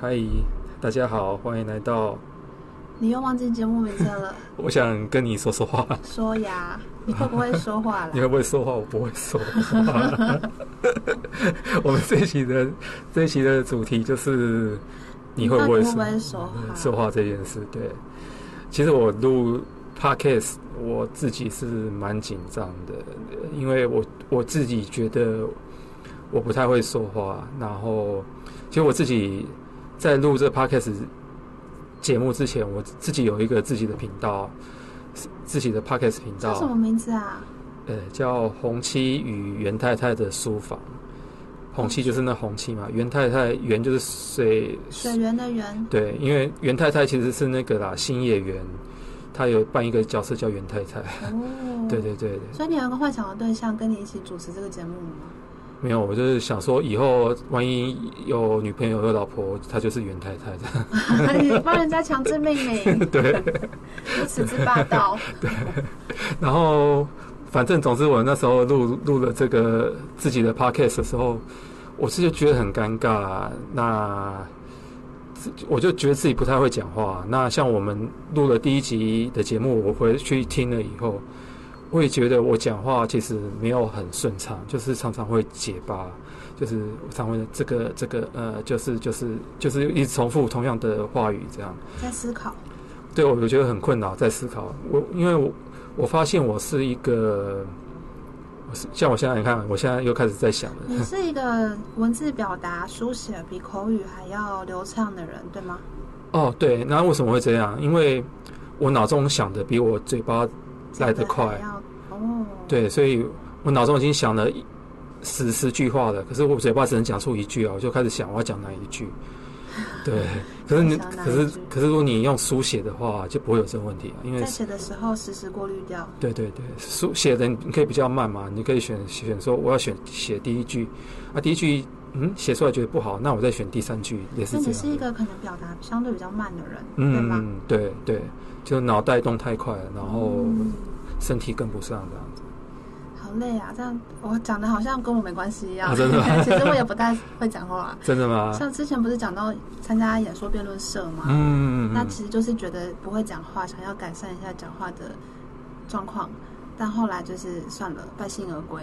嗨，大家好，欢迎来到。你又忘记节目名称 了，我想跟你说说话， 说呀，你会不会说话你啦？会不会说话？我不会说话。 我们这一期的这一期的主题就是 你会不会那说你会不会说话？说话这件事。对，其实我录 podcast 我自己是蛮紧张的，因为我我自己觉得我不太会说话，然后其实我自己在录这 podcast 节目之前，我自己有一个自己的频道，是自己的 podcast 频叫什道么，名字啊？呃，叫红七与袁太太的书房。红七就是那红七嘛，袁太太袁就是水水源的 源，对，因为袁太太其实是那个啦，新演员，她有扮一个角色叫袁太太。哦，对。对对对，所以你有一个幻想的对象跟你一起主持这个节目 吗？没有，我就是想说，以后万一有女朋友有老婆，她就是袁太 太的。你帮人家强制命 令，对，如此之霸 道。然后反正总之，我那时候录录了这个自己的 podcast 的时候，我是就觉得很尴尬。那自我就觉得自己不太会讲话。那像我们录了第一集的节目，我回去听了以后，我也觉得我讲话其实没有很顺畅，就是常常会结巴，就是我常会这个这个呃，就是就是就是一直重复同样的话语这样。在思考，对我觉得很困扰，在思考。我因为我我发现我是一个，我是像我现在你看，我现在又开始在想了。你是一个文字表达、书写比口语还要流畅的人，对吗？哦，对，那为什么会这样？因为我脑中想的比我嘴巴来得快这个还要哦，，对，所以我脑中已经想了一十十句话了，可是我嘴巴只能讲出一句啊，我就开始想我要讲哪一句。对，可是你想哪一可是句可是如果你用书写的话，就不会有这个问题啊，因为在写的时候实时过滤掉。对对对，书写的你可以比较慢嘛，你可以选选说我要选写第一句，啊第一句嗯写出来觉得不好，那我再选第三句，也那是这你样。是一个可能表达相对比较慢的人，对吗？嗯对对，就脑袋动太快了，然后嗯身体跟不上这样子。好累啊！这样我讲的好像跟我没关系一样，啊真的 其实我也不太会讲 话。真的吗？像之前不是讲到参加演说辩论社嘛，嗯，嗯嗯那嗯其实就是觉得不会讲话，想要改善一下讲话的状况，但后来就是算了，败兴而归。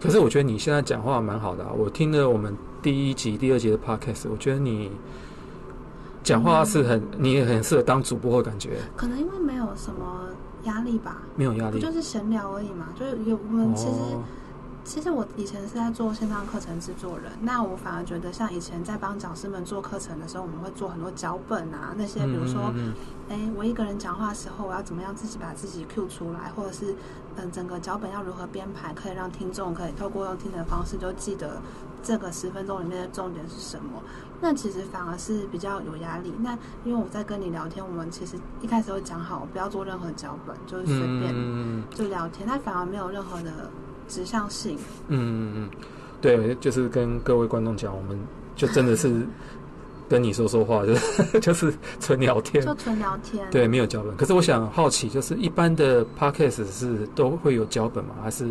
可是我觉得你现在讲话蛮好的、啊，我听了我们第一集、第二集的 podcast，我觉得你讲话是很，你也很适合当主播的感觉，可能因为没有什么压力吧，没有压不力。就是闲聊而已嘛。就是有我们其实、哦，其实我以前是在做线上课程制作人，那我反而觉得像以前在帮讲师们做课程的时候，我们会做很多脚本啊那些，比如说。嗯嗯嗯嗯哎，我一个人讲话的时候，我要怎么样自己把自己 Q 出来，或者是嗯，整个脚本要如何编排，可以让听众可以透过用听的方式就记得这个十分钟里面的重点是什么。那其实反而是比较有压力。那因为我在跟你聊天，我们其实一开始都讲好，不要做任何脚本，就是随便嗯就聊天，那反而没有任何的指向性。嗯嗯嗯，对，就是跟各位观众讲，我们就真的是跟你说说话，就是 就是纯聊天，就纯聊天。对，，没有脚本。可是我想好奇，就是一般的 podcast 是都会有脚本吗？还是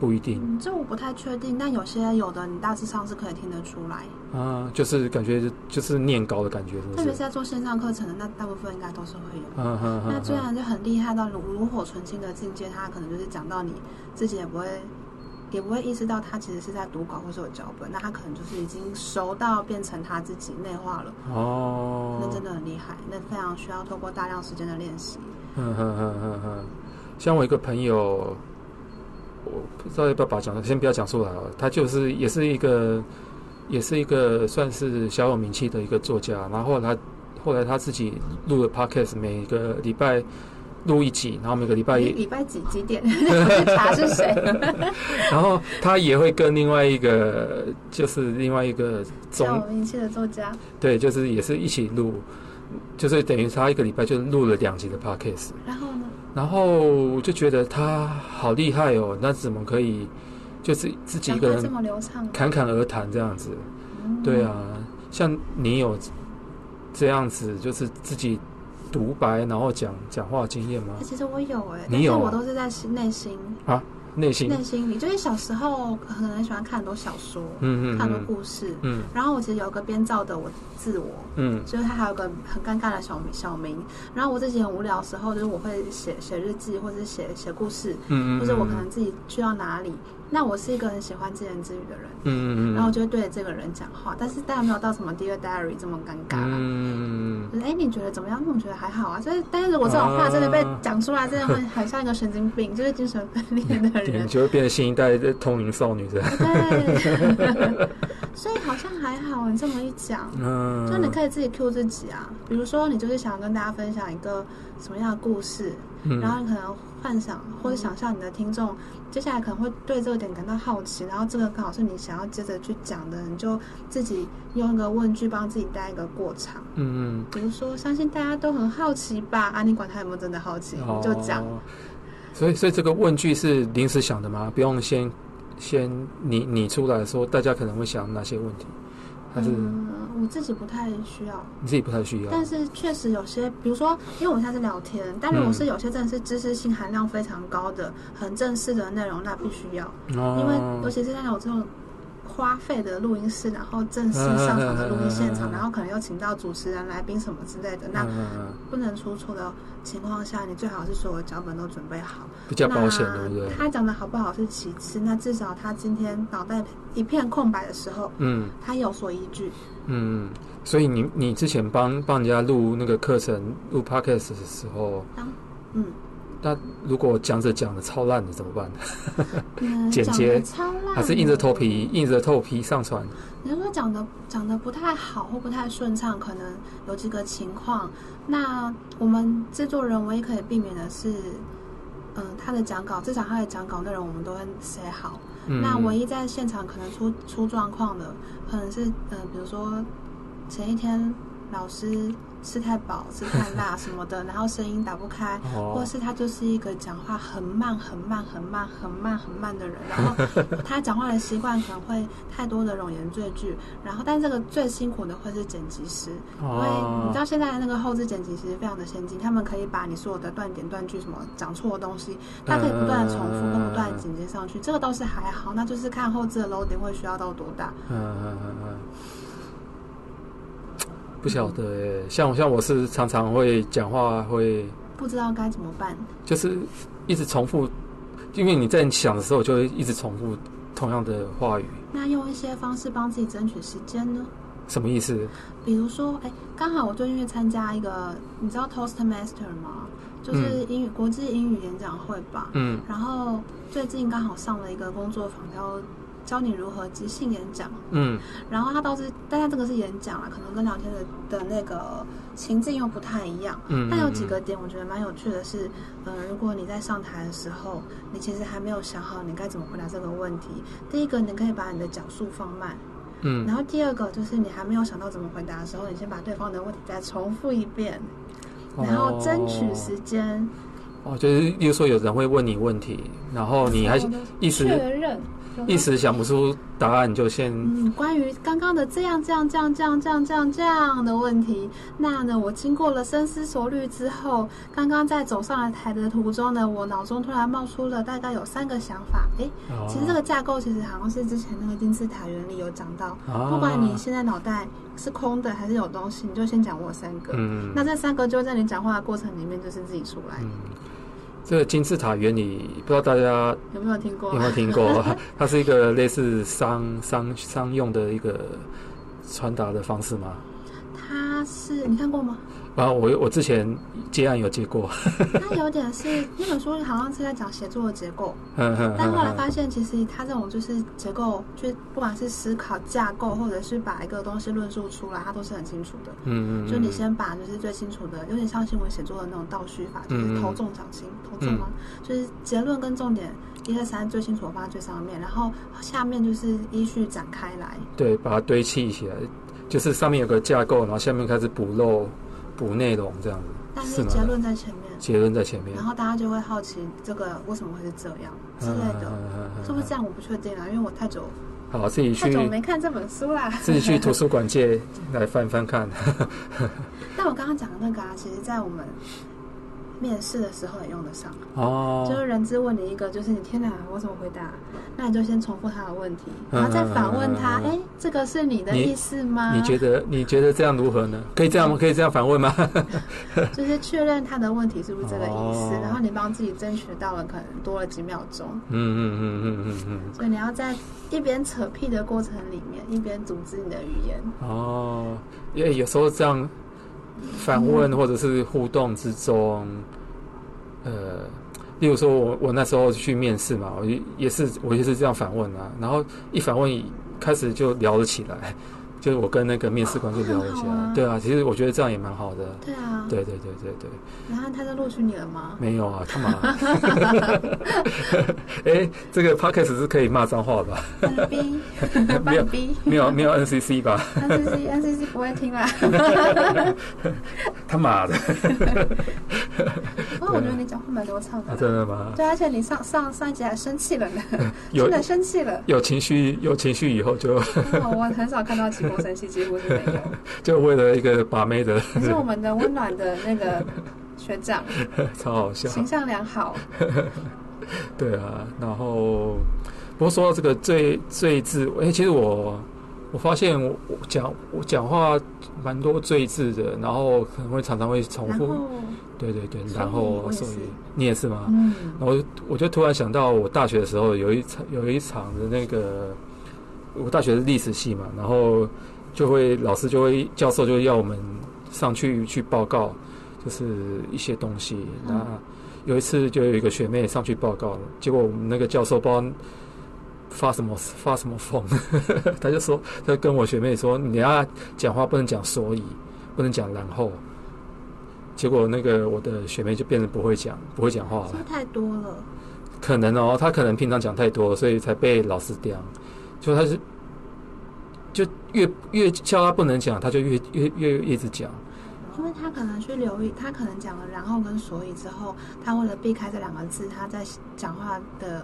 不一定嗯，这我不太确定，但有些有的你大致上是可以听得出来。啊？就是感觉就就是念稿的感觉，是不特别是是？在做线上课程的，那大部分应该都是会有。嗯哼那哼虽哼，然就很厉害到炉炉火纯青的境界，他可能就是讲到你自己也不会，也不会意识到他其实是在读稿或是有脚本，那他可能就是已经熟到变成他自己内化了，那哦，真的很厉害，那非常需要透过大量时间的练习。嗯哼哼哼哼，像我一个朋友，我不知道要不要把它讲，先不要讲出来了。他就是也是一个，也是一个算是小有名气的一个作家。然后他后来他自己录了 podcast，每个礼拜录一集，然后每个礼拜你啊也，礼拜几几 点？我去查是谁？然后他也会跟另外一个，就是另外一个 总叫我名气的作家。对，就是也是一起录，就是等于他一个礼拜就录了两集的 podcast。然后呢？然后我就觉得他好厉害哦，那怎么可以就是自己一讲个话这人么流畅。侃侃而谈这样子？嗯对。啊，像你有这样子就是自己独白然后讲讲话的经验吗那？其实我有哎、你有但是啊我都是在心内心啊，内心，内心里就是小时候可能很喜欢看很多小说，嗯嗯看很多嗯故事。嗯然后我其实有一个编造的我自我，嗯就是它还有一个很尴尬的小名小名。然后我自己很无聊的时候，就是我会写写日记，或者是写写故事，嗯，或者我可能自己去到哪里。那我是一个很喜欢自言自语的人，嗯嗯嗯，然后我就会对着这个人讲话，但是当然没有到什么 Dear Diary 这么尴尬啦。嗯就是哎，你觉得怎么样？那我觉得还好啊。就是，但是如果这种话真的被哦讲出来，真的会很像一个神经病，就是精神分裂的对 人你。就会变成新一代的通灵少女这样。对， 所以好像还好。你这么一讲，嗯，就你可以自己 Q 自己啊。比如说，你就是想跟大家分享一个什么样的故事，嗯，然后你可能幻想或者想象你的听众接下来可能会对这个点感到好奇，然后这个刚好是你想要接着去讲的，你就自己用一个问句帮自己带一个过场。嗯比如说，相信大家都很好奇吧？啊，你管他有没有真的好奇，嗯，你就讲。哦。所以，所以这个问句是临时想的吗？不用先先拟拟出来说，大家可能会想哪些问题，还是你嗯，我自己不太需要，自己不太需要？但是确实有些，比如说，因为我们现在是聊天，但如果是有些真的是知识性含量非常高的、很正式的内容，那必须要，哦，因为尤其是像有这种。花费的录音室，然后正式上场的录音现场，嗯嗯嗯嗯嗯然后可能又请到主持人、来啊宾什么之类的，那嗯嗯嗯不能出错的情况下，你最好是所有脚本都准备好。比较保险，对不对？他讲的好不好是其次，那至少他今天脑袋一片空白的时候，嗯他有所依据。嗯，所以你你之前帮帮人家录那个课程录 podcast 的时候，嗯，那如果讲着讲着超烂的怎么办？嗯剪讲接的超烂，还是硬着头。皮硬着头皮上传？你如果讲的讲的不太好或不太顺畅，可能有几个情况。那我们制作人唯一可以避免的是，嗯，他的讲稿，至少他的讲稿内容我们都会写好。嗯，那唯一在现场可能出出状况的，可能是呃，比如说前一天老师吃太饱、吃太辣什么的，然后声音打不开，或哦者，是他就是一个讲话很慢、很慢、很慢、很慢、很慢的人，然后他讲话的习惯可能会太多的冗言赘句，然后但这个最辛苦的会是剪辑师，因为你知道现在的那个后置剪辑其实非常的先进，他们可以把你所有的断点、断句什么讲错的东西，它可以不断的重复跟不断的剪接上去，这个倒是还好，那就是看后置的 loading 会需要到多大。嗯嗯嗯嗯，不晓得耶，像像我是常常会讲话会不知道该怎么办，就是一直重复，因为你在想的时候就会一直重复同样的话语，那用一些方式帮自己争取时间呢？什么意思？比如说，哎，刚好我最近去参加一个，你知道 Toastmaster 吗？就是英语、国际英语演讲会吧。嗯然后最近刚好上了一个工作坊，叫教你如何即兴演讲。嗯然后他倒是，但他这个是演讲啊，可能跟聊天的的那个情境又不太一样。嗯，但有几个点我觉得蛮有趣的是，嗯、如果你在上台的时候，你其实还没有想好你该怎么回答这个问题。第一个，你可以把你的讲述放慢；嗯，然后第二个就是你还没有想到怎么回答的时候，你先把对方的问题再重复一遍，嗯然后争取时间哦，就是，例如说，有人会问你问题，然后你还然后一确时认，有一时想不出答案，你就先嗯，关于刚刚的这样这样这样这样这样这样这样的问题，那呢，我经过了深思熟虑之后，刚刚在走上来台的途中呢，我脑中突然冒出了大概有三个想法。诶，哦其实这个架构其实好像是之前那个金字塔原理有讲到，啊不管你现在脑袋是空的还是有东西，你就先讲我三个。嗯，那这三个就会在你讲话的过程里面就是自己出来，嗯，这个金字塔原理，不知道大家有没有听过有？没啊有听过？ 它是一个类似商商商用的一个传达的方式吗？它是你看过 吗？然后我我之前接案有接过， 它有点是那本书好像是在讲写作的结构。嗯嗯但后来发现，其实它这种就是结构，就不管是思考架构，或者是把一个东西论述出来，它都是很清楚的。嗯嗯，就你先把就是最清楚的，有点像新闻写作的那种倒叙法，嗯就是头重脚轻，头重吗？就是结论跟重点一二三最清楚地放在最上面，然后下面就是依序展开来。对，把它堆砌起来，就是上面有个架构，然后下面开始补漏补内容这样子，但是是吗结论在前面，结论在前面然。后大家就会好奇这个为什么会是这样嗯之类的，是不是这样？我不确定啊，因为我太久好，自己太嗯去久没看这本书啦。自己去图书馆借来翻翻看。 但我刚刚讲的那个啊，其实在我们面试的时候也用得上。哦，就是人资问你一个，就是你天哪，我怎么回答？那你就先重复他的问题，然后再反问他，嗯嗯嗯嗯哎，这个是你的你意思吗？你觉得你觉得这样如何呢？可以这样吗？可以这样反问吗？ 就是确认他的问题是不是这个意思，哦然后你帮自己争取到了，可能多了几秒钟，嗯嗯嗯嗯嗯嗯。所以你要在一边扯屁的过程里面，一边组织你的语言。哦，因为有时候这样反问或者是互动之中，呃，例如说我我那时候去面试嘛，我就也是我也是这样反问啊，然后一反问开始就聊了起来， 就是我跟那个面试官就聊了起很来，好啊对啊，其实我觉得这样也蛮好的，对啊，对对对对对，然后他就录取你了 吗？没有啊，干嘛、哎、这个 podcast 是可以骂脏话吧？半逼，没有半逼没有没有 NCC 吧？ ，NCC NCC 不会听啊啦。啊他妈的，不过哦我觉得你讲话蛮流畅的啊啦。真的吗？对，而且你上上上一集还生气了呢，有真的生气 了。哦有情绪，有情绪以后就 我我很少看到齐国生气，几乎是没有。就为了一个把妹的，你是我们的温暖的那个学长，超好笑。形象良好。对啊，然后不过说到这个最最字，哎、其实我我发现我我讲我讲话蛮多最字的，然后可能会常常会重然复。后，对对对，所以然后我也所以是你也是吗？嗯，然后我就突然想到，我大学的时候有一场有一场的那个，我大学是历史系嘛，然后就会老师就会教授就会要我们上去去报告，就是一些东西。嗯那有一次就有一个学妹上去报告了，结果我们那个教授不知道发什么发什么疯， 他就说他就跟我学妹说，你要讲话不能讲所以，不能讲然后。结果那个我的学妹就变得不会讲不会讲话了说。太多了，可能哦，他可能平常讲太多，所以才被老师刁。就他是，就越越叫他不能讲，他就越越越一直讲。因为他可能去留意，他可能讲了然后跟所以之后，他为了避开这两个字，他在讲话的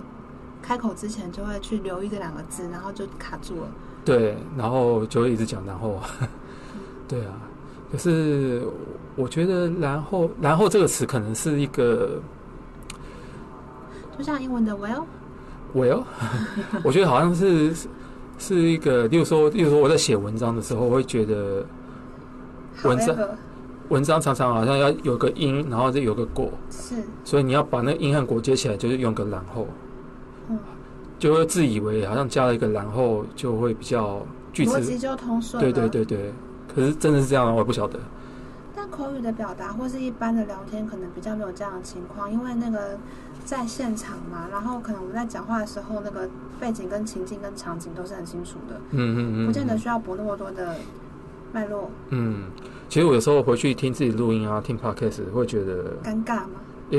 开口之前就会去留意这两个字，然后就卡住了。对，然后就一直讲，然后， 对啊。可是我觉得，然后，然后这个词可能是一个就像英文的 well， well，我觉得好像是 是一个，例如说，例如说我在写文章的时候，我会觉得好文字 ever 文章常常好像要有个因，然后再有个果，是，所以你要把那个因和果接起来，就是用个然后。嗯，就会自以为好像加了一个然后就会比较句逻子，辑就通顺对了。对对对。可是真的是这样吗？我也不晓得。但口语的表达或是一般的聊天，可能比较没有这样的情况，因为那个在现场嘛，然后可能我们在讲话的时候，那个背景跟情境跟场景都是很清楚的，嗯嗯嗯，不见得需要补那么多的脉络，嗯，其实我有时候回去听自己录音啊，听 podcast 会觉得尴尬嘛。呃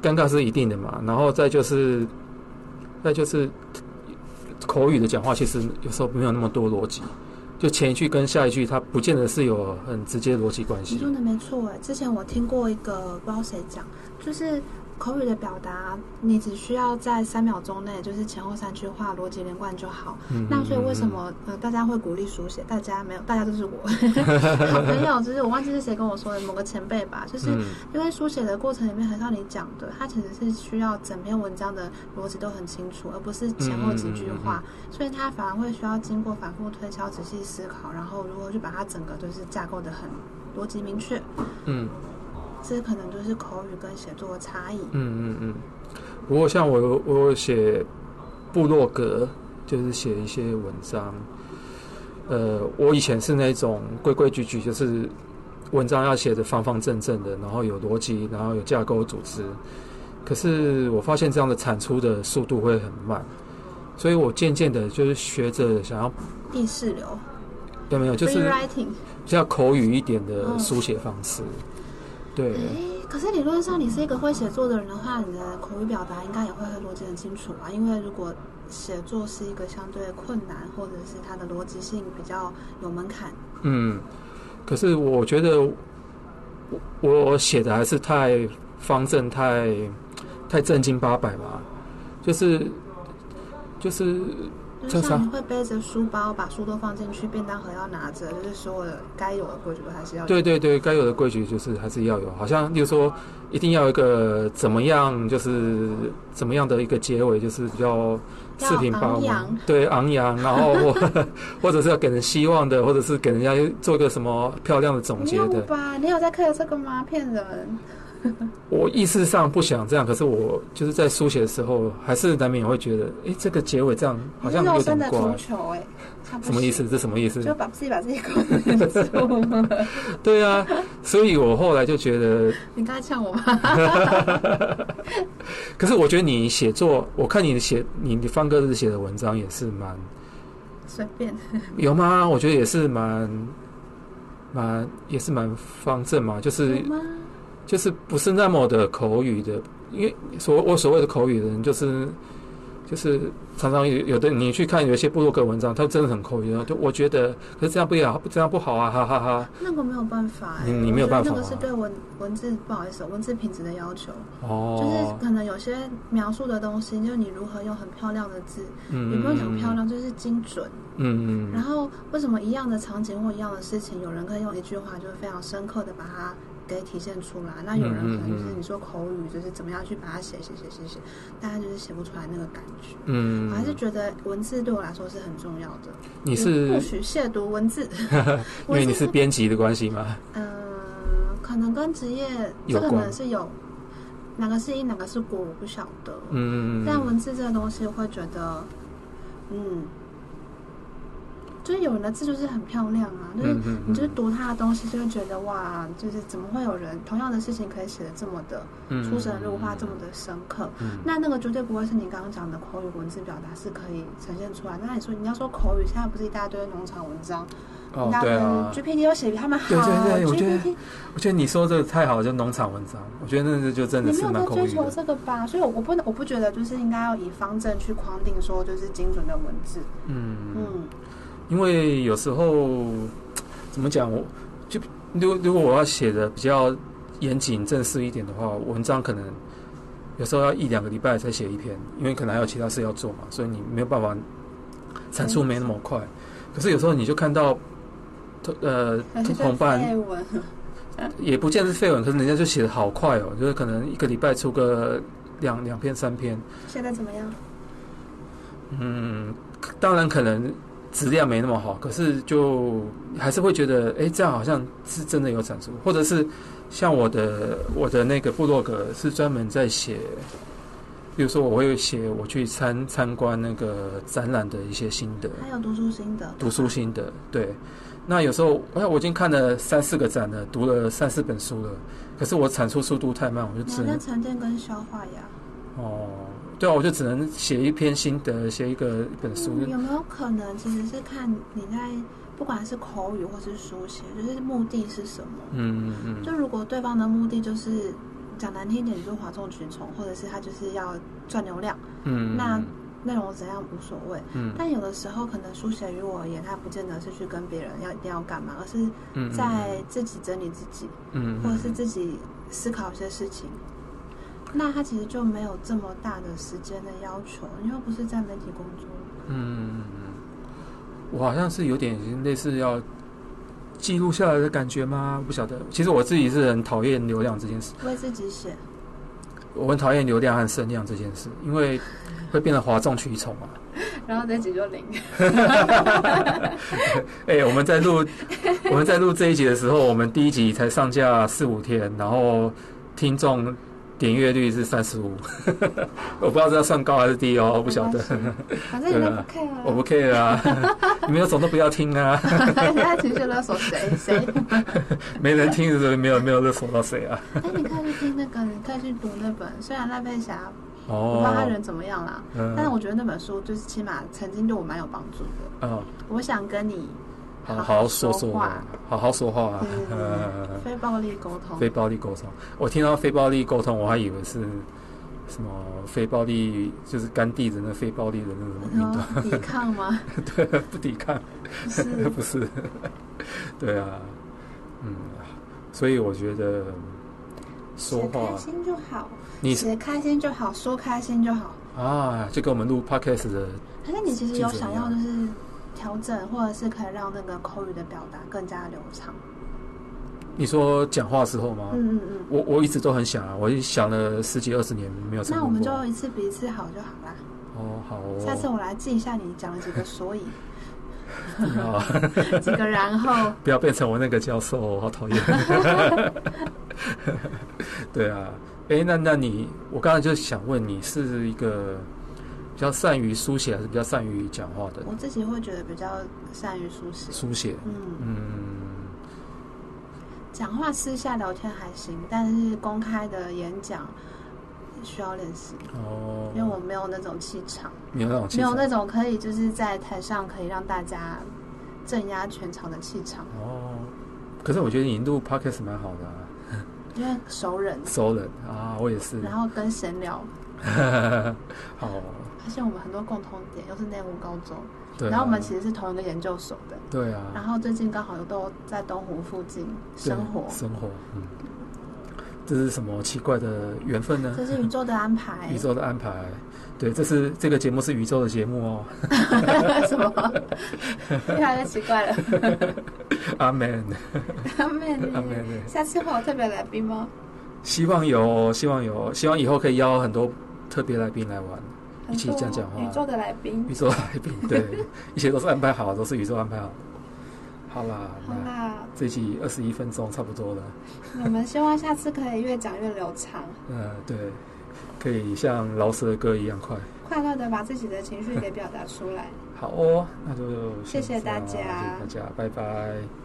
尴尬是一定的嘛。然后再就是，再就是口语的讲话，其实有时候没有那么多逻辑，就前一句跟下一句它不见得是有很直接的逻辑关你系说。的没错哎，之前我听过一个不知道谁讲，就是口语的表达，你只需要在三秒钟内，就是前后三句话逻辑连贯就好。嗯那所以为什？么呃大家会鼓励书写？大家没有，大家都是我好朋友，就是我 忘记是谁跟我说的，某个前辈吧，就是嗯嗯因为书写的过程里面，很像你讲的，它其实是需要整篇文章的逻辑都很清楚，而不是前后几句嗯话，所以它反而会需要经过反复推敲、仔细思考，然后如何去把它整个就是架构的很逻辑明确，嗯这可能就是口语跟写作的差异。嗯嗯嗯。不过像我我有写部落格，就是写一些文章。呃，我以前是那种规规矩矩，就是文章要写的方方正正的，然后有逻辑，然后有架构组织。可是我发现这样的产出的速度会很慢，所以我渐渐的就是学着想要，意识流对没有，就是 free writing，比较口语一点的嗯书写方式。对，哎，可是理论上你是一个会写作的人的话，你的口语表达应该也会很逻辑很清楚吧？啊因为如果写作是一个相对困难，或者是它的逻辑性比较有门槛，嗯，可是我觉得我我写的还是太方正、太太正经八百吧，就是就就是是这是啊像你会背着书包，把书都放进去，便当盒要拿着，就是所有的该有的规矩都还是要有。对对对，该有的规矩就是还是要有，好像例如说，一定要有一个怎么样，就是怎么样的一个结尾，就是比较四平八要昂稳扬，对，昂扬，然后或 或者是要给人希望的，或者是给人家做一个什么漂亮的总没结有的。吧？你有在刻这个吗？骗人！我意识上不想这样，可是我就是在书写的时候，还是难免会觉得，诶，这个结尾这样好像你是肉有身点的怪，足球哎、差不多什么意？思？这什么意思？就把自己把自己搞成 猪。对啊，所以我后来就觉得，你刚才呛我吗？可是我觉得你写作，我看你写你你方格子写的文章也是蛮随便，有吗？我觉得也是蛮蛮也是蛮方正嘛，就是有吗？就是不是那么的口语的，因为所我所谓的口语的人就是。就是常常有有的你去看有一些部落格文章，他真的很口语，然后就我觉得，可是这样不也好，这样不好啊，哈哈哈那个没有办法、欸，你你没有我觉得办法那个是吗对文文字不好意思，文字品质的要求，就是哦，可能有些描述的东西，就是你如何用很漂亮的字，嗯也不用讲漂，亮，就是精准。嗯嗯然后为什么一样的场景或一样的事情，有人可以用一句话就是非常深刻的把它给体现出来，嗯那有人可能就是你说口语，就是怎么样去把它写写写写写，大家就是写不出来那个感觉。嗯，我还是觉得文字对我来说是很重要的。你不是许亵渎文字， 因为你是编辑的关系吗？嗯、可能跟职业这有可关能是有哪个是因哪个是果，我不晓得。嗯，但文字这个东西，我会觉得，嗯，就是有人的字就是很漂亮啊，就是嗯嗯你就是读他的东西，就会觉得哇，就是怎么会有人同样的事情可以写的这么的嗯出神入化，这么的深刻？嗯那那个绝对不会是你刚刚讲的口语文字表达是可以呈现出来。那你说你要说口语，现在不是一大堆农场文章，哦一大，堆对啊， GPT 都写比他们好对对对我觉得，GPT 我觉得你说这个太好了，就农场文章，我觉得那是就真的你没是有蛮在口追语求的，这个吧？所以我我不能我不觉得就是应该要以方正去框定说就是精准的文字，嗯，嗯，因为有时候怎么讲，我就如如果我要写的比较严谨正式一点的话，文章可能。有时候要一两个礼拜才写一篇，因为可能还有其他事要做嘛，所以你没有办法产出没那么快。可是有时候你就看到，呃，还是同伴配文，也不见得是绯闻，可是人家就写的好快哦，就是可能一个礼拜出个两两篇三篇，现在怎么样？嗯，当然可能质量没那么好，可是就还是会觉得，哎，这样好像是真的有产出，或者是像我的我的那个部落格是专门在写，比如说我会写我去参参观那个展览的一些心得，还有读书心得，读书心得，对。那有时候，哎，我已经看了三四个展了，读了三四本书了，可是我产出速度太慢，我就你只要能在沉淀跟消化呀。哦，对啊，我就只能写一篇心得，写一个一本书。嗯有没有可能其实是看你在不管是口语或是书写，就是目的是什么？嗯嗯就如果对方的目的就是讲难听一点，就是哗众取宠，或者是他就是要赚流量，嗯，那内容怎样无所谓。嗯但有的时候，可能书写于我而言，它不见得是去跟别人要一定要干嘛，而是嗯在自己整理自己，嗯，或者是自己思考一些事情。那他其实就没有这么大的时间的要求，因为不是在媒体工作。嗯，我好像是有点类似要记录下来的感觉吗？不晓得。其实我自己是很讨厌流量这件事，为自己写，我很讨厌流量和声量这件事，因为会变得哗众取宠嘛。 然后这集就零。哎、我们在 录我们在录这一集的时候，我们第一集才上架四五天，然后听众点阅率是三十五， 我不知道这要算高还是低哦，不晓得，没关 系，反正你都不 care 啊。我不 care 啊， 你们有种都不要听啊， 现在情绪勒索谁 谁？没人听是没有没有勒索到谁啊？哎，你可以去听那个，你可以去读那本，虽然赖佩霞我不知道他哦，人怎么样啦，嗯但是我觉得那本书就是起码曾经对我蛮有帮助的。嗯，我想跟你好好好好说说说话，好好说话啊，嗯 呃，非暴力沟通，非暴力沟通，我听到非暴力沟通，我还以为是。什么非暴力就是甘地人的非暴力人的什么运动然？后抵抗吗？ 对，不抵抗，不是不是， 对啊，嗯，所以我觉得说写话开，心就好，你写开心就好，说开心就好。啊，就跟我们录 podcast 的可是你其实有想要就是调整，或者是可以让那个口语的表达更加流畅。你说讲话的时候吗？嗯嗯嗯。我我一直都很想啊，我一想了十几二十年没有成那我功们过。就一次比一次好就好啦。哦，好哦，下次 我来记一下你讲了几个所以，不要啊几个然后。 不要变成我那个教授哦，好讨厌。 对啊，诶，那那你，我刚才就想问你，是一个比较善于书写，还是比较善于讲话的？我自己会觉得比较善于书写。书写，嗯，嗯，讲话私下聊天还行，但是公开的演讲需要练习，因为哦，我没有那种气场，没有那种气没有场那种可以就是在台上可以让大家镇压全场的气场，哦。可是我觉得你录 podcast 蛮好的、啊，因为熟人，熟人啊，我也是。然后跟闲聊， 好，发现我们很多共同点，又是内湖高中，对、啊。然后我们其实是同一个研究所的，对然啊，后最近刚好又都在东湖附近对生活，生活，嗯，这是什么奇怪的缘分呢？这是宇宙的安排宇，宙的安排，对，这是这个节目是宇宙的节目哦。 什么越来越奇怪了。阿门，阿妹呢，阿门。下次会有特别来宾吗？希望有，希望有，希望以后可以邀很多特别来宾来玩，一起讲讲话宇宙的来宾宇。宙来宾。对， 一切都是安排好，都是宇宙安排好。好啦，好那啦，这集二十一分钟差不多了。我们希望下次可以越讲越流畅，呃，对，可以像饶舌的歌一样快。快乐的把自己的情绪给表达出来。好哦，那就谢谢先这样大家谢谢大家，拜拜。